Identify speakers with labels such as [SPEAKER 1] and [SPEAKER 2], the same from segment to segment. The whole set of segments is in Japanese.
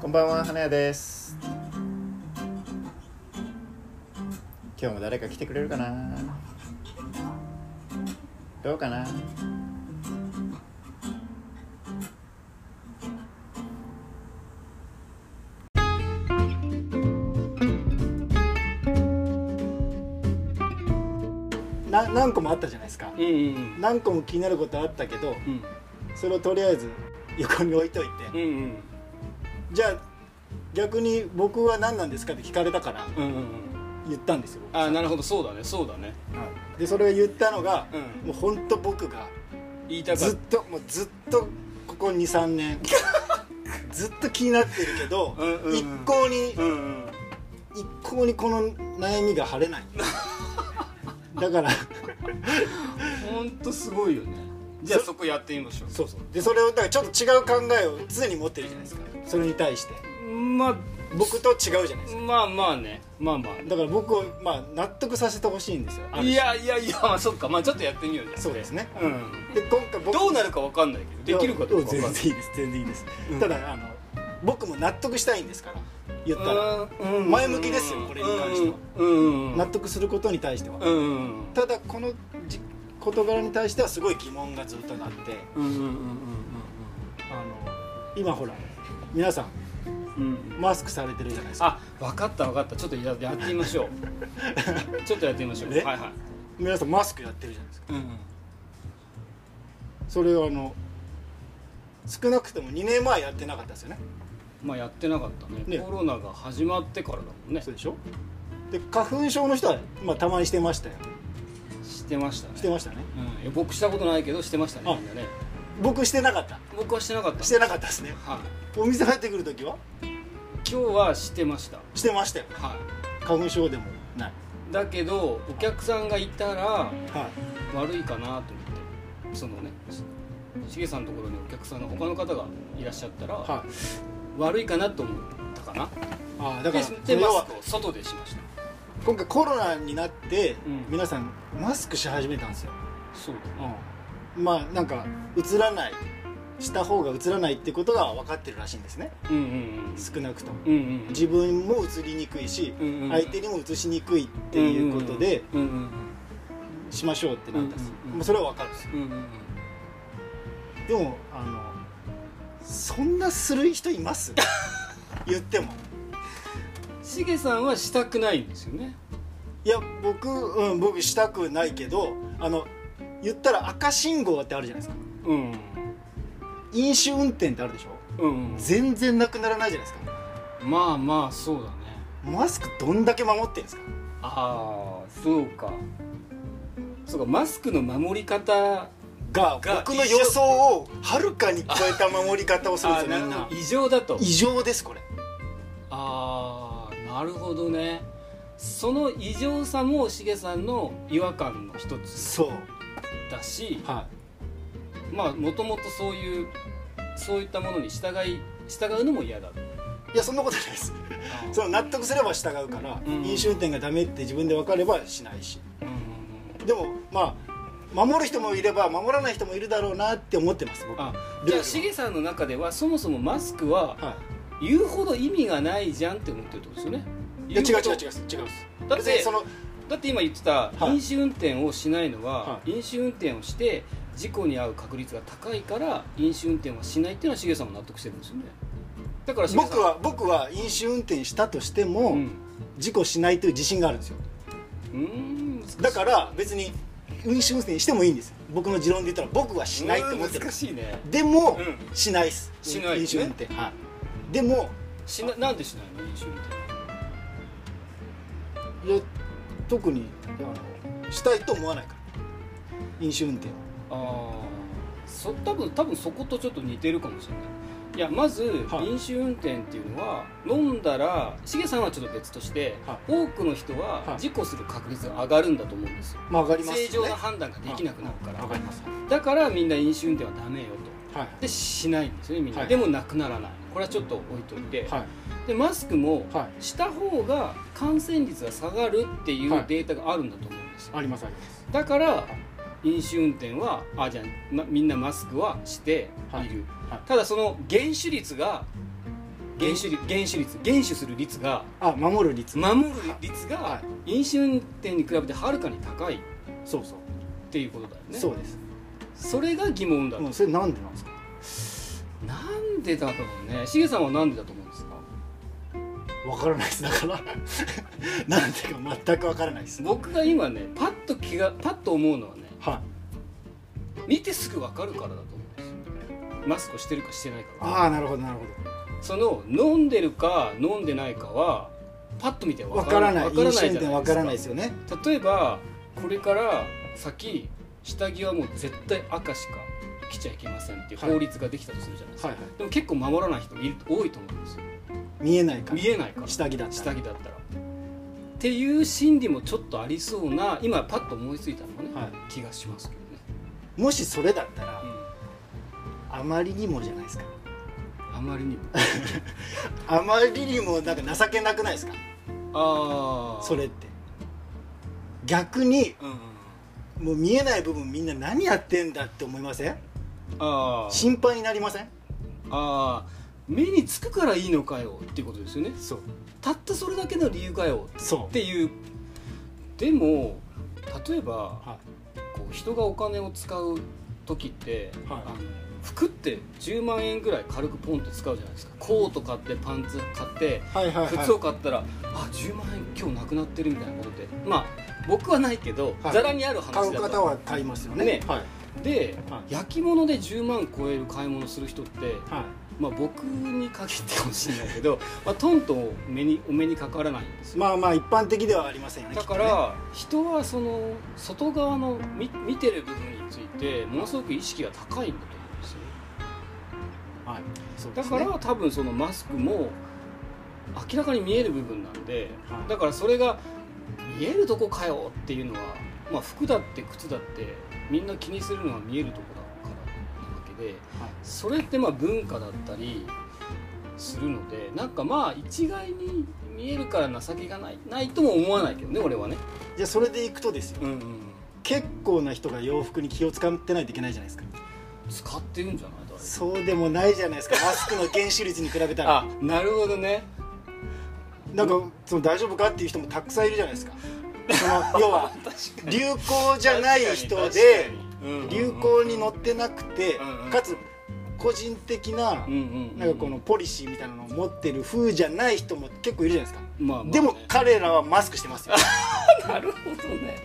[SPEAKER 1] こんばんは、花屋です。今日も誰か来てくれるかな。どうかな。
[SPEAKER 2] な何個もあったじゃないですか
[SPEAKER 3] うんうん
[SPEAKER 2] 何個も気になることあったけど
[SPEAKER 3] うん
[SPEAKER 2] それをとりあえず横に置いといて
[SPEAKER 3] うんうん
[SPEAKER 2] じゃあ逆に僕は何なんですかって聞かれたから
[SPEAKER 3] うんうんうん
[SPEAKER 2] 言ったんですよ、
[SPEAKER 3] ああなるほどそうだねそうだね
[SPEAKER 2] はいでそれを言ったのが、
[SPEAKER 3] うん
[SPEAKER 2] もう本当僕が
[SPEAKER 3] 言いたかっ
[SPEAKER 2] ずっともうずっとここ23年 ずっと気になってるけど、
[SPEAKER 3] うんうんうん
[SPEAKER 2] 一向に、
[SPEAKER 3] たうんうん
[SPEAKER 2] 一向にこの悩みが晴 れないだから
[SPEAKER 3] ほんとすごいよねじゃあそこやってみましょ
[SPEAKER 2] そうそうでそれをだからちょっと違う考えを常に持ってるじゃないですかそれに対して
[SPEAKER 3] うまあ
[SPEAKER 2] 僕と違うじゃないですか
[SPEAKER 3] まあまあねまあま
[SPEAKER 2] だから僕を、まあ、納得させてほしいんですよあ
[SPEAKER 3] あ
[SPEAKER 2] る種
[SPEAKER 3] いやいやいやまあそっかまあちょっとやってみようじゃん
[SPEAKER 2] そうですね
[SPEAKER 3] うん
[SPEAKER 2] で今回僕
[SPEAKER 3] どうなるかわかんないけどできるかどうかわ
[SPEAKER 2] い
[SPEAKER 3] か
[SPEAKER 2] や全
[SPEAKER 3] んない
[SPEAKER 2] 然いいです全然いいです、
[SPEAKER 3] うん
[SPEAKER 2] ただあの僕も納得したいんですから言ったら、
[SPEAKER 3] うんうん
[SPEAKER 2] 前向きですよこれに関しては
[SPEAKER 3] うんうんうん
[SPEAKER 2] 納得することに対しては、
[SPEAKER 3] うんうん
[SPEAKER 2] ただこのじ事柄に対してはすごい疑問がずっとなって
[SPEAKER 3] うんうんうんうん
[SPEAKER 2] あの今ほら皆さん
[SPEAKER 3] うんうん
[SPEAKER 2] マスクされてるじゃないですか
[SPEAKER 3] あ分かった分かったちょっとややってみましょ うちょっとやってみましょう
[SPEAKER 2] ね
[SPEAKER 3] はいはい、
[SPEAKER 2] 皆さんマスクやってるじゃないですか
[SPEAKER 3] うんうん、
[SPEAKER 2] それをあの少なくとも2年前やってなかったですよね
[SPEAKER 3] まあやってなかったね
[SPEAKER 2] ね
[SPEAKER 3] コロナが始まってからだもんね
[SPEAKER 2] そうでしょで花粉症の人は、まあ、たまにしてましたよ
[SPEAKER 3] してましたね
[SPEAKER 2] してましたね
[SPEAKER 3] うんいや、僕したことないけどしてましたね
[SPEAKER 2] あ
[SPEAKER 3] みんなね
[SPEAKER 2] 僕してなかった
[SPEAKER 3] 僕はしてなかった
[SPEAKER 2] してなかったですね
[SPEAKER 3] はい、
[SPEAKER 2] お店入ってくる時は
[SPEAKER 3] 今日はしてました
[SPEAKER 2] してましたよ
[SPEAKER 3] は
[SPEAKER 2] 花粉症でもない
[SPEAKER 3] いだけどお客さんがいたら
[SPEAKER 2] は
[SPEAKER 3] 悪いかなと思ってそのねししげさんのところにお客さんの他の方がいらっしゃったら、
[SPEAKER 2] いはい
[SPEAKER 3] 悪いかなと思ったかな
[SPEAKER 2] ああだから
[SPEAKER 3] ででマ
[SPEAKER 2] 要
[SPEAKER 3] ス
[SPEAKER 2] は
[SPEAKER 3] クを外でしました
[SPEAKER 2] 今回コロナになって、
[SPEAKER 3] うん
[SPEAKER 2] 皆さんマスクし始めたんですよ、
[SPEAKER 3] そうだ
[SPEAKER 2] うん、まあなんか映らないした方が映らないってことが分かってるらしいんですね
[SPEAKER 3] うんうん
[SPEAKER 2] 少なくとも
[SPEAKER 3] うんうん
[SPEAKER 2] 自分も映りにくいし、
[SPEAKER 3] うんうん
[SPEAKER 2] 相手にも映しにくいっていうことで
[SPEAKER 3] うんうん
[SPEAKER 2] しましょうってなったんです、
[SPEAKER 3] うんうんうん
[SPEAKER 2] もうそれは分かるんですよ
[SPEAKER 3] うんうんうん
[SPEAKER 2] でもあのそんなする人います 言っても
[SPEAKER 3] しげさんはしたくないんですよね
[SPEAKER 2] いや僕、うん、僕したくないけどあの言ったら赤信号ってあるじゃないですか
[SPEAKER 3] うん
[SPEAKER 2] 飲酒運転ってあるでしょ
[SPEAKER 3] うん
[SPEAKER 2] 全然なくならないじゃないですか
[SPEAKER 3] まあまあそうだね
[SPEAKER 2] マスクどんだけ守ってんですか
[SPEAKER 3] ああそうかそうかマスクの守り方
[SPEAKER 2] が
[SPEAKER 3] が
[SPEAKER 2] 僕の予想をはるかに超えた守り方をするんです
[SPEAKER 3] あー
[SPEAKER 2] よ
[SPEAKER 3] な
[SPEAKER 2] みん
[SPEAKER 3] る
[SPEAKER 2] な
[SPEAKER 3] ほど異常だと
[SPEAKER 2] 異常ですこれ
[SPEAKER 3] ああなるほどねその異常さもしげさんの違和感の一つ
[SPEAKER 2] そう
[SPEAKER 3] だし
[SPEAKER 2] は
[SPEAKER 3] まあもともとそういうそういったものに従い従うのも嫌だ
[SPEAKER 2] いいやそんなことないですその納得すれば従うから、
[SPEAKER 3] うん
[SPEAKER 2] 飲酒運転がダメって自分で分かればしないし
[SPEAKER 3] うんうんうん
[SPEAKER 2] でもまあ守る人もいれば守らない人もいるだろうなって思ってます僕
[SPEAKER 3] あ
[SPEAKER 2] は
[SPEAKER 3] じゃあしげさんの中ではそもそもマスクはい言うほど意味がないじゃんって思ってるってことですよね
[SPEAKER 2] いや違う違う違う違う
[SPEAKER 3] う
[SPEAKER 2] です違うです
[SPEAKER 3] だって
[SPEAKER 2] 別にその
[SPEAKER 3] だって今言ってた
[SPEAKER 2] はい
[SPEAKER 3] 飲酒運転をしないのは、
[SPEAKER 2] はい
[SPEAKER 3] 飲酒運転をして事故に遭う確率が高いから飲酒運転はしないっていうのはしげさんも納得してるんですよねだからしげさん
[SPEAKER 2] 僕は僕は飲酒運転したとしても、
[SPEAKER 3] うん
[SPEAKER 2] 事故しないという自信があるんですよ
[SPEAKER 3] うーん難しい
[SPEAKER 2] だから別に飲酒運転してもいいんです僕の持論で言ったら僕はしないと思ってる
[SPEAKER 3] うーん難しいね
[SPEAKER 2] でも、
[SPEAKER 3] う
[SPEAKER 2] しないです
[SPEAKER 3] しない
[SPEAKER 2] 飲酒運転、はい、でも
[SPEAKER 3] しななんでしないの飲酒運転
[SPEAKER 2] いや特にあのしたいと思わないから飲酒運転は
[SPEAKER 3] ああそ多分多分そことちょっと似てるかもしれないいやまず、
[SPEAKER 2] はい
[SPEAKER 3] 飲酒運転っていうのは飲んだらしげさんはちょっと別として、
[SPEAKER 2] は
[SPEAKER 3] 多くの人
[SPEAKER 2] は
[SPEAKER 3] はい事故する確率が上がるんだと思うんですよ、
[SPEAKER 2] まあ上がりますよ
[SPEAKER 3] 正
[SPEAKER 2] ね
[SPEAKER 3] 常な判断ができなくなるから、
[SPEAKER 2] わかりますは
[SPEAKER 3] だからみんな飲酒運転はダメよと
[SPEAKER 2] い
[SPEAKER 3] でしないんですよねみんな、
[SPEAKER 2] はい
[SPEAKER 3] でもなくならないこれはちょっと置いといて、
[SPEAKER 2] はい
[SPEAKER 3] でマスクも
[SPEAKER 2] は
[SPEAKER 3] した方が感染率が下がるってい
[SPEAKER 2] はいう
[SPEAKER 3] データがあるんだと思うんですよ
[SPEAKER 2] いありますあります
[SPEAKER 3] だから飲酒運転はあじゃあ、まみんなマスクはして
[SPEAKER 2] はい
[SPEAKER 3] いる、
[SPEAKER 2] はい
[SPEAKER 3] ただその減酒率が減酒率減酒率減酒する率が
[SPEAKER 2] あ守る率
[SPEAKER 3] 守る率
[SPEAKER 2] は
[SPEAKER 3] が飲酒運転に比べてはるかに高いっ
[SPEAKER 2] そうそう、
[SPEAKER 3] ていうことだよね
[SPEAKER 2] そうです、
[SPEAKER 3] それが疑問だと、
[SPEAKER 2] うん、それなんでなんですか
[SPEAKER 3] なんでだろうねしげさんはなんでだと思うんですか
[SPEAKER 2] わからないですだから なんていうか全くわからないです
[SPEAKER 3] 僕が今ねパッと気がパッと思うのはね
[SPEAKER 2] はい
[SPEAKER 3] 見てすぐ分かるからだと思うんですよマスクをしてるかしてないか
[SPEAKER 2] ああなるほどなるほど
[SPEAKER 3] その飲んでるか飲んでないかはパッと見て分
[SPEAKER 2] わ
[SPEAKER 3] か
[SPEAKER 2] からら
[SPEAKER 3] な
[SPEAKER 2] ないい
[SPEAKER 3] 分から
[SPEAKER 2] 飲
[SPEAKER 3] な
[SPEAKER 2] 酒
[SPEAKER 3] い
[SPEAKER 2] 運
[SPEAKER 3] じ
[SPEAKER 2] 転
[SPEAKER 3] ゃない
[SPEAKER 2] わ
[SPEAKER 3] で
[SPEAKER 2] からないですすよね
[SPEAKER 3] か例えばこれから先下着はもう絶対赤しか着ちゃいけませんっていう
[SPEAKER 2] はい
[SPEAKER 3] 法律ができたとするじゃないですか、
[SPEAKER 2] はいはい
[SPEAKER 3] でも結構守らない人いる多いと思うんですよ
[SPEAKER 2] 見えないから
[SPEAKER 3] 見えないから
[SPEAKER 2] 下着だった
[SPEAKER 3] 下
[SPEAKER 2] ら
[SPEAKER 3] 着だったらっていう心理もちょっとありそうな今パッと思いついたのがね、
[SPEAKER 2] は
[SPEAKER 3] 気がしますけどね、
[SPEAKER 2] もしそれだったら
[SPEAKER 3] う
[SPEAKER 2] あまりにもじゃないですか
[SPEAKER 3] ん、あまりにも
[SPEAKER 2] あまりにもなんか情けなくないですか
[SPEAKER 3] ああ
[SPEAKER 2] それって逆に
[SPEAKER 3] うんうん
[SPEAKER 2] もう見えない部分みんな何やってんだって思いません
[SPEAKER 3] あー
[SPEAKER 2] 心配になりません
[SPEAKER 3] あー目につくからいいのかよっていうことですよね
[SPEAKER 2] そう
[SPEAKER 3] たったそれだけの理由かよ
[SPEAKER 2] そ
[SPEAKER 3] っていうでも例えば
[SPEAKER 2] は
[SPEAKER 3] こう人がお金を使う時って、
[SPEAKER 2] はい
[SPEAKER 3] あの服って10万円ぐらい軽くポンって使うじゃないですかコート買ってパンツ買って
[SPEAKER 2] い、はいはいはい
[SPEAKER 3] 靴を買ったら、あ10万円今日なくなってるみたいなことってまあ僕はないけど、
[SPEAKER 2] はい
[SPEAKER 3] ざらにある
[SPEAKER 2] 買
[SPEAKER 3] 話
[SPEAKER 2] う
[SPEAKER 3] だ
[SPEAKER 2] 方
[SPEAKER 3] と
[SPEAKER 2] は買いますよね
[SPEAKER 3] ね
[SPEAKER 2] はい
[SPEAKER 3] で、
[SPEAKER 2] はい
[SPEAKER 3] 焼き物で10万超える買い物する人って、
[SPEAKER 2] はい
[SPEAKER 3] まあ、僕に限ってかもしれないけど、まあ、トントン目にお目にかからないんですよ、
[SPEAKER 2] まあまあ一般的ではありませんよね
[SPEAKER 3] だか
[SPEAKER 2] きっとね
[SPEAKER 3] ら人はその外側の見見てる部分についてものすごく意識が高いんだと思うんですよ
[SPEAKER 2] はいそうで
[SPEAKER 3] だ
[SPEAKER 2] す
[SPEAKER 3] か
[SPEAKER 2] ね
[SPEAKER 3] ら多分そのマスクも明らかに見える部分なんで、
[SPEAKER 2] はい
[SPEAKER 3] だからそれが見えるとこかよっていうのは、まあ、服だって靴だってみんな気にするのは見えるとこだからなわけで
[SPEAKER 2] はい
[SPEAKER 3] それってまあ文化だったりするのでなんかまあ一概に見えるから情けがないないとも思わないけどね俺はね。
[SPEAKER 2] じゃあそれでいくとですよ
[SPEAKER 3] うんうん
[SPEAKER 2] 結構な人が洋服に気を使ってないといけないじゃないですか
[SPEAKER 3] 使ってるんじゃない誰か
[SPEAKER 2] そうでもないじゃない ですかマスクの減収率に比べたら
[SPEAKER 3] あなるほどね
[SPEAKER 2] なんかその大丈夫かっていう人もたくさんいるじゃない ですかその要は流行じゃない人で流行に乗ってなくて
[SPEAKER 3] うんうん
[SPEAKER 2] かつ個人的な
[SPEAKER 3] うんうんうん
[SPEAKER 2] なんかこのポリシーみたいなのを持ってる風じゃない人も結構いるじゃないですか
[SPEAKER 3] まあまあね
[SPEAKER 2] でも彼らはマスクしてますよ
[SPEAKER 3] なるほどね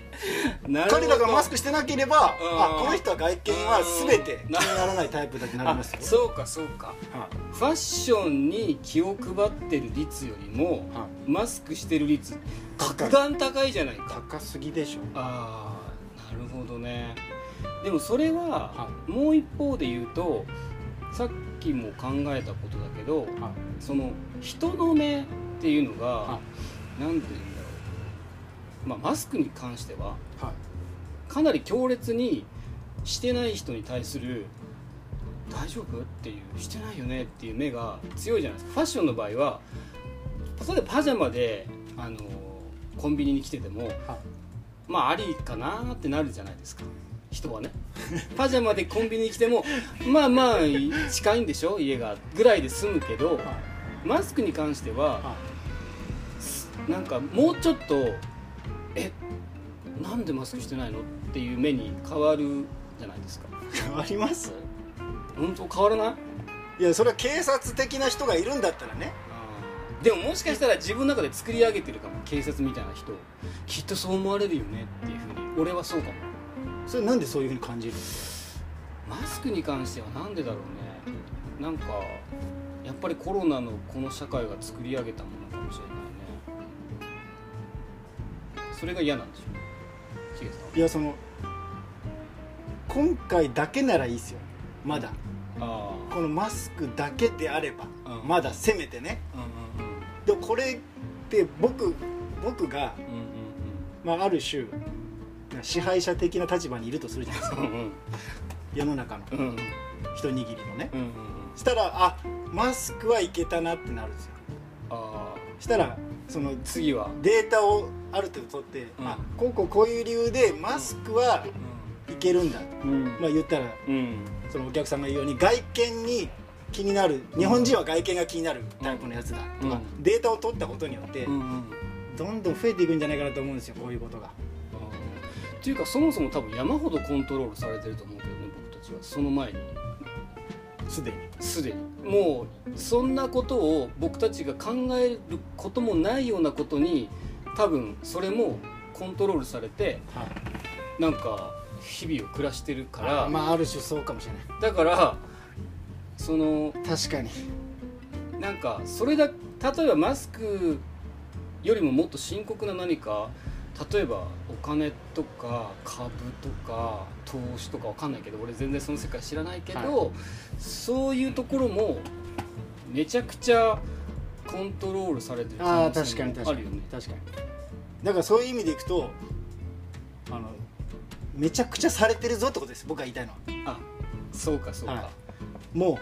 [SPEAKER 3] なるほ
[SPEAKER 2] 彼
[SPEAKER 3] ど
[SPEAKER 2] らがマスクしてなければ
[SPEAKER 3] うん
[SPEAKER 2] あこの人は外見は全て気にならないタイプだってなります
[SPEAKER 3] あ
[SPEAKER 2] よ
[SPEAKER 3] そうかそうか
[SPEAKER 2] は
[SPEAKER 3] ファッションに気を配ってる率よりも
[SPEAKER 2] いはい
[SPEAKER 3] マスクしてる率
[SPEAKER 2] 高い
[SPEAKER 3] 格段高いじゃないか
[SPEAKER 2] 高すぎでしょ
[SPEAKER 3] あーなるほどねでもそれは
[SPEAKER 2] は
[SPEAKER 3] もう一方で言うとさっきも考えたことだけど
[SPEAKER 2] は
[SPEAKER 3] その人の目っていうのが
[SPEAKER 2] は
[SPEAKER 3] 何て言うんだろう、まあ、マスクに関してはい
[SPEAKER 2] はい
[SPEAKER 3] かなり強烈にしてない人に対する「大丈夫?」っていう「してないよね」っていう目が強いじゃないですかファッションの場合は例えばパジャマであのコンビニに来ててもまあありかなーってなるじゃないですか人はねパジャマでコンビニに来てもまあまあ近いんでしょ家がぐらいで済むけどマスクに関しては
[SPEAKER 2] は
[SPEAKER 3] なんかもうちょっとえなんでマスクしてないのっていう目に変わるじゃないですか
[SPEAKER 2] 変わります
[SPEAKER 3] 本当変わらない
[SPEAKER 2] いやそれは警察的な人がいるんだったらね
[SPEAKER 3] でももしかしたら自分の中で作り上げてるかも警察みたいな人をきっとそう思われるよねっていうふうに俺はそうかも
[SPEAKER 2] それなんでそういうふうに感じる
[SPEAKER 3] マスクに関してはなんでだろうねなんかやっぱりコロナのこの社会が作り上げたものかもしれないねそれが嫌なんでしょうシゲさん
[SPEAKER 2] いやその今回だけならいいですよまだ
[SPEAKER 3] あ
[SPEAKER 2] このマスクだけであれば、
[SPEAKER 3] うん
[SPEAKER 2] まだせめてね
[SPEAKER 3] あう
[SPEAKER 2] でもこれって僕僕が、
[SPEAKER 3] んうんうん
[SPEAKER 2] まあ、ある種支配者的な立場にいるとするじゃないですか
[SPEAKER 3] うんうんうん
[SPEAKER 2] 世の中の
[SPEAKER 3] うんうん
[SPEAKER 2] 一握りのね
[SPEAKER 3] うんうん
[SPEAKER 2] したらあマスクはいけたなってなるんですよ
[SPEAKER 3] ああ
[SPEAKER 2] したらその
[SPEAKER 3] 次は、
[SPEAKER 2] データをある程度取って、
[SPEAKER 3] うん
[SPEAKER 2] あこうこうこういう理由でマスクは
[SPEAKER 3] う
[SPEAKER 2] いけるんだ、
[SPEAKER 3] うん
[SPEAKER 2] まあ、言ったら
[SPEAKER 3] うん
[SPEAKER 2] そのお客さんが言うように外見に気になる日本人は外見が気になるタイプのやつだとか、
[SPEAKER 3] うん
[SPEAKER 2] データを取ったことによって、
[SPEAKER 3] うん
[SPEAKER 2] どんどん増えていくんじゃないかなと思うんですよこういうことが
[SPEAKER 3] っていうかそもそも多分山ほどコントロールされてると思うけどね僕たちはその前に
[SPEAKER 2] すでに
[SPEAKER 3] すでにもうそんなことを僕たちが考えることもないようなことに多分それもコントロールされてなんか日々を暮らしてるから、
[SPEAKER 2] まあある種そうかもしれない
[SPEAKER 3] だからその
[SPEAKER 2] 確かに
[SPEAKER 3] なんかそれだ例えばマスクよりももっと深刻な何か例えばお金とか株とか投資とかわかんないけど俺全然その世界知らないけど、そういうところもめちゃくちゃコントロールされてる
[SPEAKER 2] ああ
[SPEAKER 3] 可能
[SPEAKER 2] 確
[SPEAKER 3] 性
[SPEAKER 2] か
[SPEAKER 3] も
[SPEAKER 2] に確か
[SPEAKER 3] あるよ
[SPEAKER 2] に
[SPEAKER 3] ね
[SPEAKER 2] 確かにだからそういう意味でいくとあのめちゃくちゃされてるぞってことです僕が言いたいのは
[SPEAKER 3] あそうかそうか、
[SPEAKER 2] はも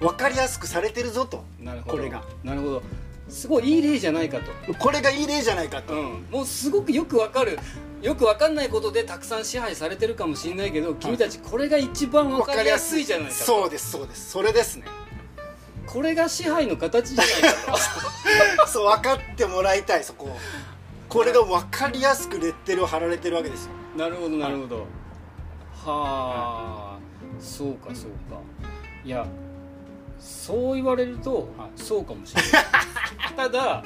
[SPEAKER 2] う分かりやすくされてるぞと
[SPEAKER 3] なるほど
[SPEAKER 2] これが
[SPEAKER 3] なるほどすごいいい例じゃないかと
[SPEAKER 2] これがいい例じゃないかと、
[SPEAKER 3] うん、もうすごくよくわかるよくわかんないことでたくさん支配されてるかもしれないけど君たちこれが一番わかりやすいじゃないかと
[SPEAKER 2] そうですそうですそれですね
[SPEAKER 3] これが支配の形じゃないか
[SPEAKER 2] そう分かってもらいたいそこをこれが分かりやすくレッテルを貼られてるわけですよ
[SPEAKER 3] と なるほどなるほどはあ、そうかそうかいやそう言われると、そうかもしれないただ